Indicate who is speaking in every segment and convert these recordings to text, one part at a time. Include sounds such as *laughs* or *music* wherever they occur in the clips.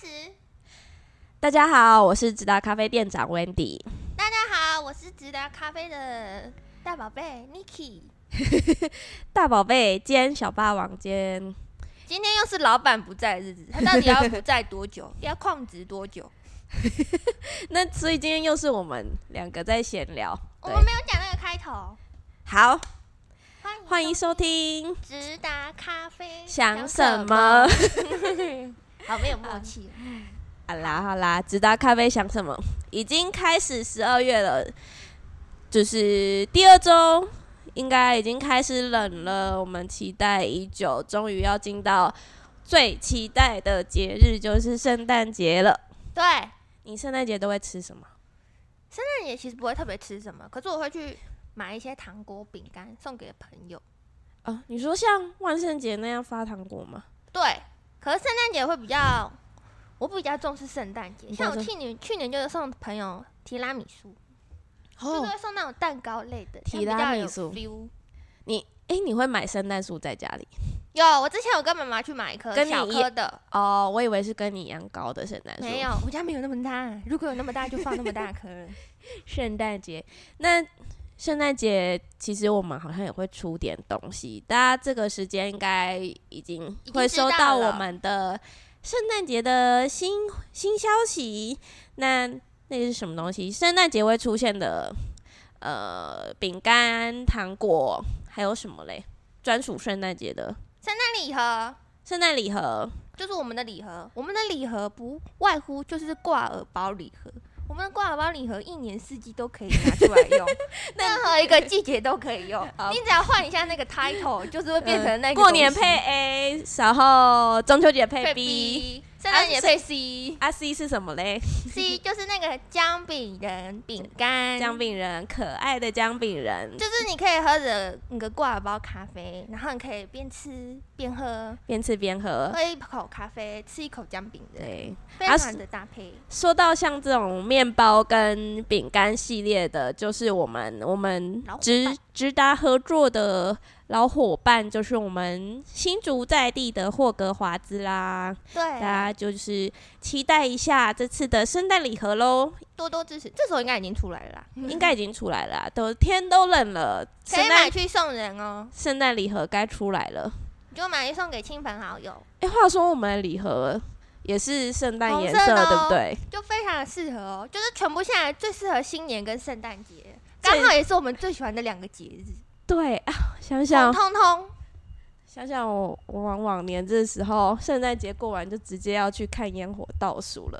Speaker 1: 始。
Speaker 2: 大家好，我是直达咖啡店长 Wendy。
Speaker 1: 大家好，我是直达咖啡的大宝贝 Niki。
Speaker 2: 大宝贝兼小霸王兼，
Speaker 1: 今天又是老板不在的日子，他 *laughs* 到底要不在多久？ *laughs* 要旷职多久？
Speaker 2: 那所以今天又是我们两个在闲聊。
Speaker 1: 我
Speaker 2: 对，
Speaker 1: 们没有讲那个开头。
Speaker 2: 好，
Speaker 1: 欢迎
Speaker 2: 欢迎收听。
Speaker 1: 直达咖啡。
Speaker 2: 想什么？
Speaker 1: *laughs* 好没有默契。
Speaker 2: 好啦好啦，直达咖啡想什么？已经开始十二月了，就是第二周，应该已经开始冷了。我们期待已久，终于要进到最期待的节日，就是圣诞节了。
Speaker 1: 对，那
Speaker 2: 你圣诞节都会吃什么？
Speaker 1: 也其实不会特别吃什么，可是我会去买一些糖果、饼干送给朋友。
Speaker 2: 哦，你说像万圣节那样发糖果吗？
Speaker 1: 对，可是圣诞节会比较，我比较重视圣诞节。
Speaker 2: 你
Speaker 1: 像
Speaker 2: 重
Speaker 1: 我
Speaker 2: 视
Speaker 1: 去年去年就是送朋友提拉米苏，就是，会送那种蛋糕类的
Speaker 2: 哦
Speaker 1: 这样
Speaker 2: 提
Speaker 1: 比
Speaker 2: 拉
Speaker 1: 较
Speaker 2: 米
Speaker 1: 有
Speaker 2: 苏
Speaker 1: feel
Speaker 2: 你诶，哎你会买圣诞树在家里？
Speaker 1: 有，我之前有跟妈妈去买一颗
Speaker 2: 跟你
Speaker 1: 小
Speaker 2: 一
Speaker 1: 颗的，
Speaker 2: 哦，我以为是跟你一样高的圣诞树。
Speaker 1: 没有，我家没有那么大。如果有那么大，就放那么大
Speaker 2: *laughs*
Speaker 1: 颗了。
Speaker 2: 圣诞节，那圣诞节其实我们好像也会出点东西，大家这个时间应该已经
Speaker 1: 经
Speaker 2: 会收
Speaker 1: 知
Speaker 2: 到
Speaker 1: 道了
Speaker 2: 我们的圣诞节的新新消息。那那是什么东西？圣诞节会出现的呃饼干、糖果，还有什么嘞？专属圣诞节的
Speaker 1: 那礼盒
Speaker 2: 圣诞礼盒，
Speaker 1: 就是我们的礼盒，我们的礼盒不外乎就是挂耳包礼盒。我们的挂耳包礼盒一年四季都可以拿出来用，
Speaker 2: *laughs*
Speaker 1: 任何一个季节都可以用。
Speaker 2: 好
Speaker 1: 你只要换一下那个 title，就是会变成那
Speaker 2: 呃
Speaker 1: 个
Speaker 2: 过年
Speaker 1: 东
Speaker 2: 配
Speaker 1: 西
Speaker 2: A，然后中秋节配
Speaker 1: 配
Speaker 2: B，啊
Speaker 1: B，圣诞节配 C，C
Speaker 2: 阿 C 是什么嘞？
Speaker 1: 就是那个姜饼人饼干，
Speaker 2: 姜饼人，可爱的姜饼人，
Speaker 1: 就是你可以喝着你的挂耳包咖啡，然后你可以边吃边喝，
Speaker 2: 边吃边喝。
Speaker 1: 喝一口咖啡，吃一口姜饼的，
Speaker 2: 对，
Speaker 1: 非
Speaker 2: 啊
Speaker 1: 常
Speaker 2: 是
Speaker 1: 的搭配。
Speaker 2: 说到像这种面包跟饼干系列的，就是我们我们
Speaker 1: 老伙
Speaker 2: 直
Speaker 1: 伴
Speaker 2: 直达合作的老伙伴，就是我们新竹在地的霍格华兹啦。大
Speaker 1: 对，啊
Speaker 2: 家就是期待一下这次的圣诞礼盒喽，
Speaker 1: 多多支持。这时候应该已经出来了啦，
Speaker 2: 应
Speaker 1: *laughs*
Speaker 2: 该已经出来了啊，都天都冷了，
Speaker 1: 嗯可
Speaker 2: 圣
Speaker 1: 以买
Speaker 2: 诞
Speaker 1: 去送人哦，
Speaker 2: 圣诞礼盒该出来了。
Speaker 1: 你就买去送给亲朋好友，
Speaker 2: 哎、话说我们的礼盒也是圣诞
Speaker 1: 红
Speaker 2: 颜
Speaker 1: 色的
Speaker 2: 对不
Speaker 1: 哦
Speaker 2: 对？
Speaker 1: 就非常的适合哦。就是全部下来最适合新年跟圣诞节，
Speaker 2: 这
Speaker 1: 刚好也是我们最喜欢的两个节日，
Speaker 2: 对啊，想
Speaker 1: 红
Speaker 2: 想
Speaker 1: 通通。
Speaker 2: 想想我我往往年这时候，圣诞节过完就直接要去看烟火倒数了。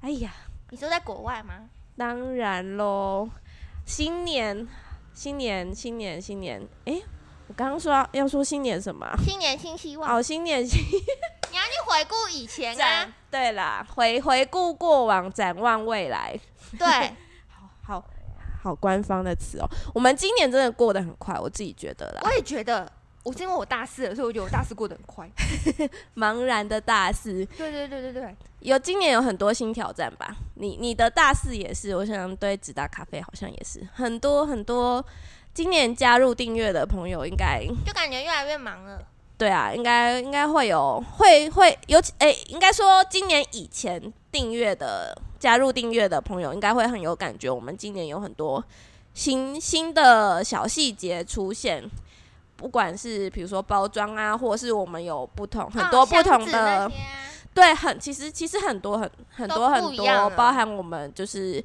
Speaker 2: 哎呀，
Speaker 1: 你说在国外吗？
Speaker 2: 当然喽，新年新年新年新年，哎、我刚刚说要要说新年什么啊、
Speaker 1: 新年新希望，
Speaker 2: 哦，新年新
Speaker 1: 你要去回顾以前啊
Speaker 2: 展。，对啦，回回顾过往，展望未来。
Speaker 1: 对，
Speaker 2: 好好好，官方的词哦。我们今年真的过得很快，我自己觉得啦
Speaker 1: 我，也觉得，我是因为我大四了，所以我觉得我大四过得很快。
Speaker 2: 茫然的大四，
Speaker 1: 对对对对对，
Speaker 2: 有今年有很多新挑战吧？你你的大四也是，我想对直达咖啡好像也是很多很多。今年加入订阅的朋友应该
Speaker 1: 就感觉越来越忙了。
Speaker 2: 对啊，应该应该会有会会尤其诶、应该说今年以前订阅的加入订阅的朋友应该会很有感觉。我们今年有很多新新的小细节出现，不管是比如说包装啊，或是我们有不同很多
Speaker 1: 哦
Speaker 2: 不同
Speaker 1: 箱子
Speaker 2: 的、
Speaker 1: 那些啊
Speaker 2: 对，很其实其实很多很很
Speaker 1: 都
Speaker 2: 多
Speaker 1: 不
Speaker 2: 很
Speaker 1: 一
Speaker 2: 多，
Speaker 1: 样啊
Speaker 2: 包
Speaker 1: 了
Speaker 2: 含我们就是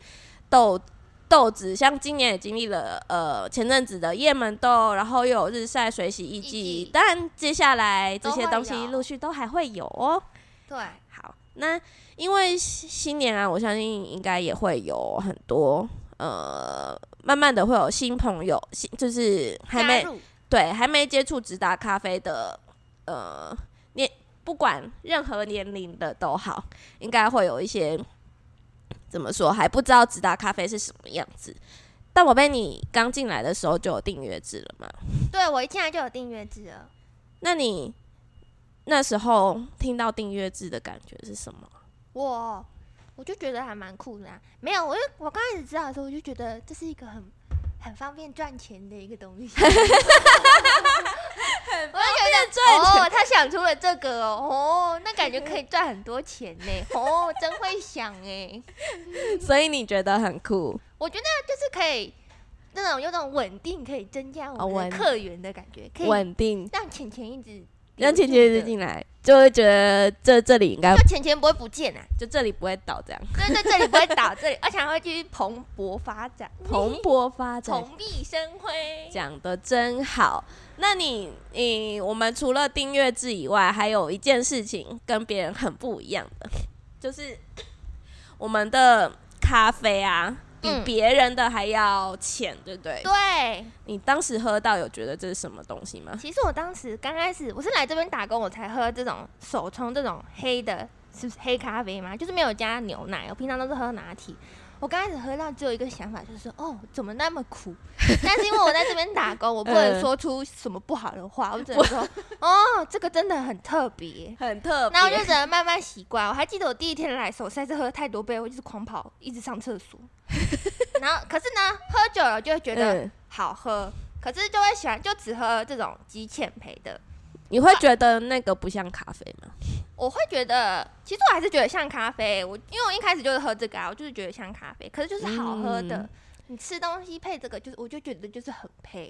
Speaker 2: 豆豆子，像今年也经历了呃前阵子的叶门豆，然后又有日晒水洗艺
Speaker 1: 艺
Speaker 2: 伎
Speaker 1: 伎，
Speaker 2: 但接下来这
Speaker 1: 都
Speaker 2: 些
Speaker 1: 会
Speaker 2: 东西
Speaker 1: 有
Speaker 2: 陆续都还会有哦。
Speaker 1: 对，
Speaker 2: 好，那因为新新年啊，我相信应该也会有很多呃，慢慢的会有新朋友，新就是还
Speaker 1: 加
Speaker 2: 没
Speaker 1: 入
Speaker 2: 对，还没接触直达咖啡的，呃，年不管任何年龄的都好，应该会有一些怎么说还不知道直达咖啡是什么样子。但宝贝，你刚进来的时候就有订阅制了吗？
Speaker 1: 对我一进来就有订阅制了。
Speaker 2: 那你那时候听到订阅制的感觉是什么？
Speaker 1: 我我就觉得还蛮酷的、啊。没有，我就我刚开始知道的时候，我就觉得
Speaker 2: *laughs*
Speaker 1: 这是一个很很方便赚钱的一个东西。
Speaker 2: 钱，
Speaker 1: 我就觉得哦，他想出了这个哦，哦，那感觉可以赚很多钱
Speaker 2: *laughs*
Speaker 1: 呢，哦，真会想哎，
Speaker 2: *laughs* 所以你觉得很酷？
Speaker 1: 我觉得就是可以那种有种稳定，可以增加我
Speaker 2: 哦
Speaker 1: 们
Speaker 2: 稳
Speaker 1: 的客源的感觉，可以
Speaker 2: 稳定，
Speaker 1: 让钱钱一直
Speaker 2: 让钱钱一直
Speaker 1: 留住的，
Speaker 2: 进来，就会觉得这这里应该
Speaker 1: 就钱钱不会不见啊，
Speaker 2: 就这里不会倒，这样
Speaker 1: 对对，这里不会倒，这里而且还会继续蓬勃发展，
Speaker 2: 蓬勃发展。
Speaker 1: 蓬荜生辉。
Speaker 2: 讲的真好。那你，你我们除了订阅制以外，还有一件事情跟别人很不一样的，就是我们的咖啡啊，比
Speaker 1: 嗯
Speaker 2: 别人的还要浅，对不对？
Speaker 1: 对，
Speaker 2: 你当时喝到有觉得这是什么东西吗？
Speaker 1: 其实我当时刚开始，我是来这边打工，我才喝这种手冲这种黑的，是不是黑咖啡嘛？就是没有加牛奶，我平常都是喝拿铁。我刚开始喝到只有一个想法，就是哦，怎么那么苦？ *laughs* 但是因为我在这边打工，我不能
Speaker 2: 嗯
Speaker 1: 说出什么不好的话，我只能
Speaker 2: *laughs*
Speaker 1: 说哦，这个真的很特别。
Speaker 2: 很特别
Speaker 1: 然后，我就只能慢慢习惯。我还记得我第一天来的时候，我实在是喝太多杯，我就是狂跑，一直上厕
Speaker 2: *laughs*
Speaker 1: 所。然后可是呢，喝久了就会觉得
Speaker 2: 嗯，
Speaker 1: 好喝，可是就会喜欢就只喝这种极浅焙的。
Speaker 2: 你会觉得那个不像咖啡吗？
Speaker 1: 我会觉得，其实我还是觉得像咖啡。我因为我一开始就是喝这个啊，我就是觉得像咖啡，可是就是好喝的。
Speaker 2: 嗯
Speaker 1: 你吃东西配这个，就是我就觉得就是很配。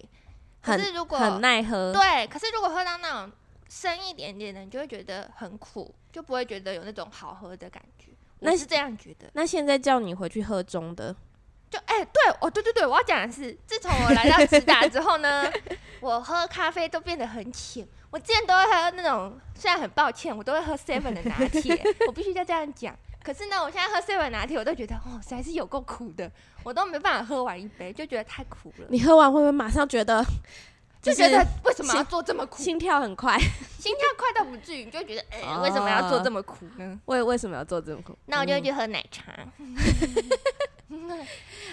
Speaker 1: 可
Speaker 2: 很
Speaker 1: 是如果
Speaker 2: 很耐喝，
Speaker 1: 对，可是如果喝到那种深一点点的，你就会觉得很苦，就不会觉得有那种好喝的感觉。
Speaker 2: 那
Speaker 1: 我是这样觉得。
Speaker 2: 那现在叫你回去喝中的，
Speaker 1: 就哎、对哦，对对对，我要讲的是，自从我来到直达之后
Speaker 2: *laughs*
Speaker 1: 呢，我喝咖啡都变得很浅。我之前都会喝那种，虽然很抱歉，我都会喝 Seven 的拿铁，我必须要这样讲。可是呢，我现在喝 Seven 拿铁，我都觉得哦，实在是有够苦的，我都没办法喝完一杯，就觉得太苦了，
Speaker 2: 你喝完会不会马上觉得
Speaker 1: 就
Speaker 2: 就
Speaker 1: 觉
Speaker 2: 是
Speaker 1: 得为什么要做这么苦？
Speaker 2: 心跳很快？
Speaker 1: 心跳快到不至于，你就觉得哎、为什么要做这么苦呢？
Speaker 2: 为为什么要做这种苦？
Speaker 1: 那我就会
Speaker 2: 嗯
Speaker 1: 去喝奶茶。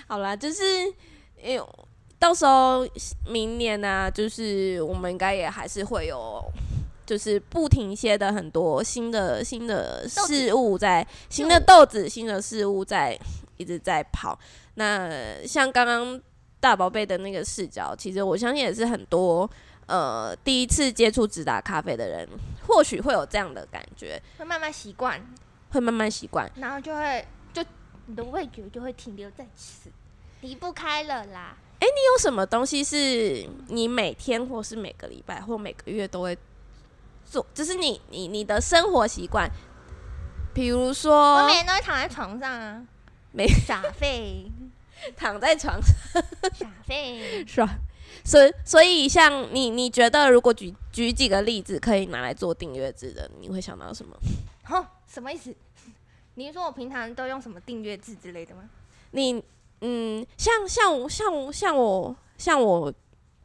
Speaker 2: 好啦，就是因为到时候明年呢、就是我们应该也还是会有，就是不停歇的很多新的新的
Speaker 1: 豆子
Speaker 2: 事物在新的豆子、新的事物在一直在跑。那像刚刚大宝贝的那个视角，其实我相信也是很多呃第一次接触直达咖啡的人，或许会有这样的感觉，
Speaker 1: *laughs* 会慢慢习惯，
Speaker 2: 会慢慢习惯。
Speaker 1: 然后就会就你的味觉就会停留在此，离不开了啦。
Speaker 2: 有什么东西是你每天或是每个礼拜或每个月都会做？就是你你你的生活习惯，比如
Speaker 1: 我
Speaker 2: 说
Speaker 1: 每天都会躺在床上啊，
Speaker 2: 没
Speaker 1: 耍 *laughs* 废
Speaker 2: 躺在床上
Speaker 1: 耍废。
Speaker 2: 是吧？所以所以像你你觉得如果举举几个例子可以拿来做订阅制的，你会想到什么？
Speaker 1: 哦，什么意思？你是说我平常都用什么订阅制之类的吗？
Speaker 2: 你嗯，像像我像我像我像我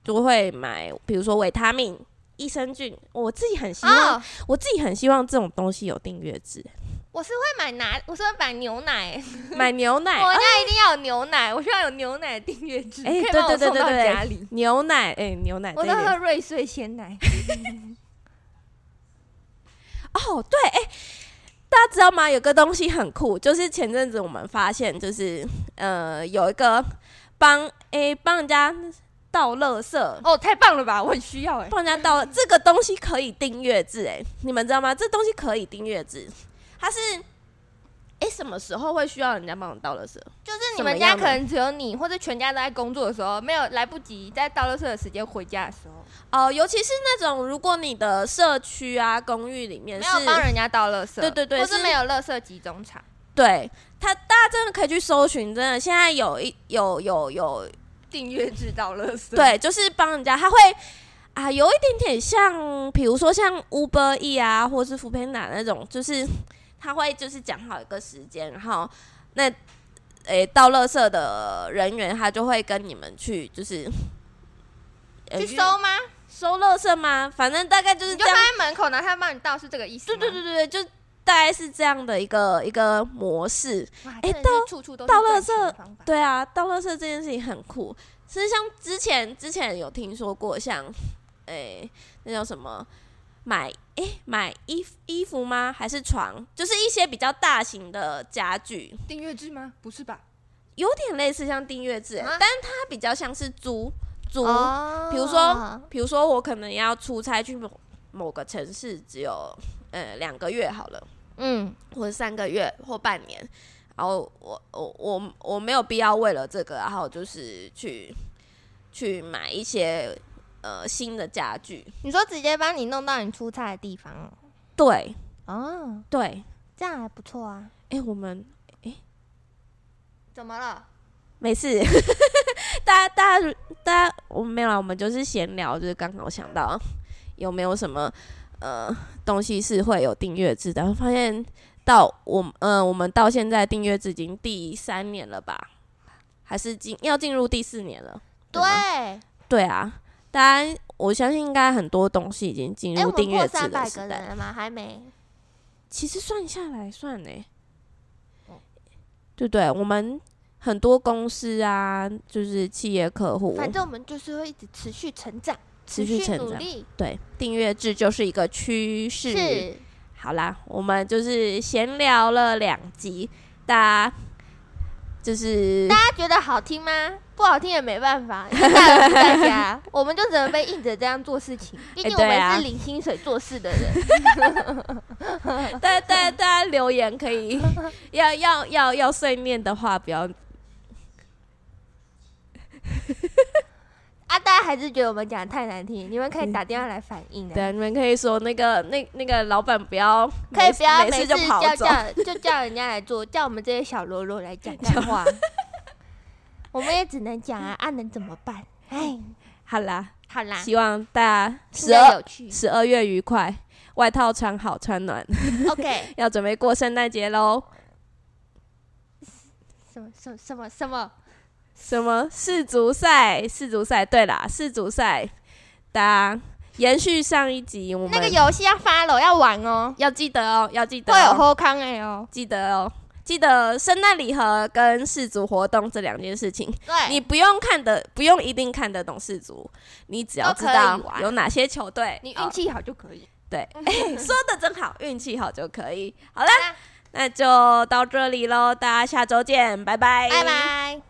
Speaker 2: 就会买，比如说维他命、益生菌，我自己很希望、
Speaker 1: 哦，
Speaker 2: 我自己很希望这种东西有订阅制，
Speaker 1: 我是会买拿，我是会买牛奶，
Speaker 2: 买牛奶
Speaker 1: 我家一定要有牛奶，我需要有牛奶订阅制，
Speaker 2: 哎
Speaker 1: 嗯可以帮我
Speaker 2: 对对对
Speaker 1: 送到
Speaker 2: 对对
Speaker 1: 家里。
Speaker 2: 牛奶，哎、牛奶这
Speaker 1: 我
Speaker 2: 一
Speaker 1: 都
Speaker 2: 点
Speaker 1: 喝瑞穗鲜奶，
Speaker 2: 哦，对，哎、大家知道吗？有个东西很酷，就是前阵子我们发现，就是呃，有一个帮哎帮人家倒垃圾，
Speaker 1: 哦，太棒了吧，我很需要哎、
Speaker 2: 帮人家倒这个东西可以订阅制，哎，你们知道吗？这东西可以订阅制，它是哎、什么时候会需要人家帮我倒垃圾？
Speaker 1: 就是
Speaker 2: 什
Speaker 1: 你
Speaker 2: 么
Speaker 1: 们家
Speaker 2: 样
Speaker 1: 可
Speaker 2: 的
Speaker 1: 能只有你或者全家都在工作的时候，没有来不及在倒垃圾的时间回家的时候，
Speaker 2: 哦、尤其是那种如果你的社区啊、公寓里面
Speaker 1: 没
Speaker 2: 是
Speaker 1: 有帮人家倒垃圾，
Speaker 2: 对对对
Speaker 1: 或是
Speaker 2: 是
Speaker 1: 没有垃圾集中场，
Speaker 2: 对他，大家真的可以去搜寻，真的现在有一有有有
Speaker 1: 订阅制倒垃圾，，
Speaker 2: 对，就是帮人家，他会啊，有一点点像，比如说像 Uber E 啊，或是 f o o p a n d a 那种，就是他会就是讲好一个时间，然后那诶、到垃圾的人员他就会跟你们去就是。呃
Speaker 1: 去收吗？
Speaker 2: 收垃圾吗？反正大概就是
Speaker 1: 你
Speaker 2: 这
Speaker 1: 就
Speaker 2: 样
Speaker 1: 放在门口，然后他帮你倒，是这个意思
Speaker 2: 对
Speaker 1: 吗？
Speaker 2: 对对对对，就大概是这样的一个一个模式。
Speaker 1: 哇，
Speaker 2: 哎
Speaker 1: 真的是处处都是
Speaker 2: 倒
Speaker 1: 赚
Speaker 2: 垃
Speaker 1: 钱的
Speaker 2: 圾
Speaker 1: 方法，
Speaker 2: 对啊，倒垃圾这件事情很酷。其实像之前之前有听说过像，诶那叫什么买诶、买衣服衣服吗？还是床？就是一些比较大型的家具，
Speaker 1: 订阅制吗？不是吧？
Speaker 2: 有点类似像订阅制、
Speaker 1: 啊
Speaker 2: 但是它比较像是租租，
Speaker 1: 哦
Speaker 2: 比如说比如说我可能要出差去某某个城市，只有呃两个月好了。
Speaker 1: 嗯，
Speaker 2: 或者三个月或半年，然后我我我我没有必要为了这个，然后就是去去买一些呃新的家具。
Speaker 1: 你说直接帮你弄到你出差的地方哦，
Speaker 2: 对
Speaker 1: 哦，
Speaker 2: 对，
Speaker 1: 这样还不错啊。
Speaker 2: 哎、我们
Speaker 1: 怎么了？
Speaker 2: 没事， *laughs* 大家大家大家我们没有啦，我们就是闲聊，就是刚好想到有没有什么呃东西是会有订阅制的，然后发现到我们呃我们到现在订阅制已经第三年了吧，还是进要进入第四年了。
Speaker 1: 对，
Speaker 2: 吗
Speaker 1: 哎、
Speaker 2: 对啊，当然我相信应该很多东西已经进
Speaker 1: 哎我们
Speaker 2: 入订
Speaker 1: 破
Speaker 2: 阅制
Speaker 1: 三
Speaker 2: 的
Speaker 1: 百
Speaker 2: 时
Speaker 1: 个
Speaker 2: 代。
Speaker 1: 人了吗？还没。
Speaker 2: 其实算下来算呢、
Speaker 1: 哦
Speaker 2: 对不对？我们很多公司啊，就是企业客户，
Speaker 1: 反正我们就是会一直持续成长，
Speaker 2: 哦持续
Speaker 1: 续
Speaker 2: 成
Speaker 1: 努
Speaker 2: 长
Speaker 1: 力。
Speaker 2: 对订阅制就是一个趋势。 *laughs*
Speaker 1: 是，
Speaker 2: 好啦，我们就是闲聊了两集，大家就是
Speaker 1: 大家觉得好听吗？不好听也没办法，因为大家不在
Speaker 2: *laughs*
Speaker 1: 家，我们就只能被硬着这样做事情。毕竟我
Speaker 2: 对
Speaker 1: 们
Speaker 2: 啊
Speaker 1: 是领薪水做事的人，
Speaker 2: 大大大家留言可以， *laughs* 要要要要碎念的话，不要
Speaker 1: 啊，大家还是觉得我们讲得太难听，你们可以打电话来反映啊的，
Speaker 2: 嗯对，你们可以说那个那那个老板不要，
Speaker 1: *laughs* 可以不要
Speaker 2: 没
Speaker 1: 每次
Speaker 2: 事就
Speaker 1: 叫
Speaker 2: 跑走。
Speaker 1: 叫就叫人家来做，叫我们这些小喽啰来讲干
Speaker 2: *laughs*
Speaker 1: 话，我们也只能讲啊，啊能怎么办？哎，
Speaker 2: 好啦，
Speaker 1: 好啦，
Speaker 2: 希望大家
Speaker 1: 听
Speaker 2: 十
Speaker 1: 得
Speaker 2: 二
Speaker 1: 有趣
Speaker 2: 十二月愉快，外套穿好穿暖， *laughs*
Speaker 1: ，OK，
Speaker 2: 要准备过圣诞节喽。
Speaker 1: 什么什么什么什么，
Speaker 2: 什么世足赛？世足赛？对啦，世足赛，大家延续上一集，我们
Speaker 1: 那个游戏要发了，要玩哦，
Speaker 2: 要记得哦，要记得、
Speaker 1: 会有
Speaker 2: 哦，
Speaker 1: 后康哎哦，
Speaker 2: 记得哦，记得圣诞礼盒跟世足活动这两件事情。
Speaker 1: 对，
Speaker 2: 你不用看的，不用一定看得懂世足，你只要
Speaker 1: 都
Speaker 2: 知
Speaker 1: 可以
Speaker 2: 道
Speaker 1: 玩
Speaker 2: 有哪些球队，
Speaker 1: 你
Speaker 2: 哦
Speaker 1: 运气好就可以。
Speaker 2: 对，说的真好，运气好就可以。好了，
Speaker 1: 好啦
Speaker 2: *laughs* 那就到这里喽，大家下周见，拜拜，
Speaker 1: 拜拜。